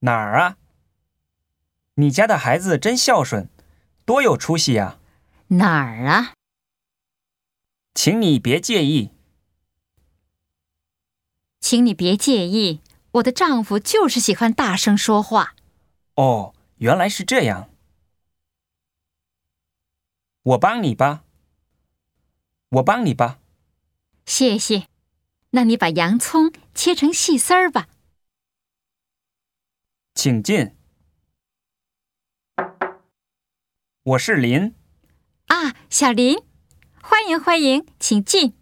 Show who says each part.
Speaker 1: 哪儿啊？你家的孩子真孝顺，多有出息啊呀、
Speaker 2: 哪儿啊？
Speaker 1: 请你别介意，
Speaker 2: 请你别介意，我的丈夫就是喜欢大声说话。
Speaker 1: 哦，原来是这样。我帮你吧，我帮你吧。
Speaker 2: 谢谢。那你把洋葱切成细丝儿吧。
Speaker 1: 请进。我是林。
Speaker 2: 啊，小林，欢迎欢迎，请进。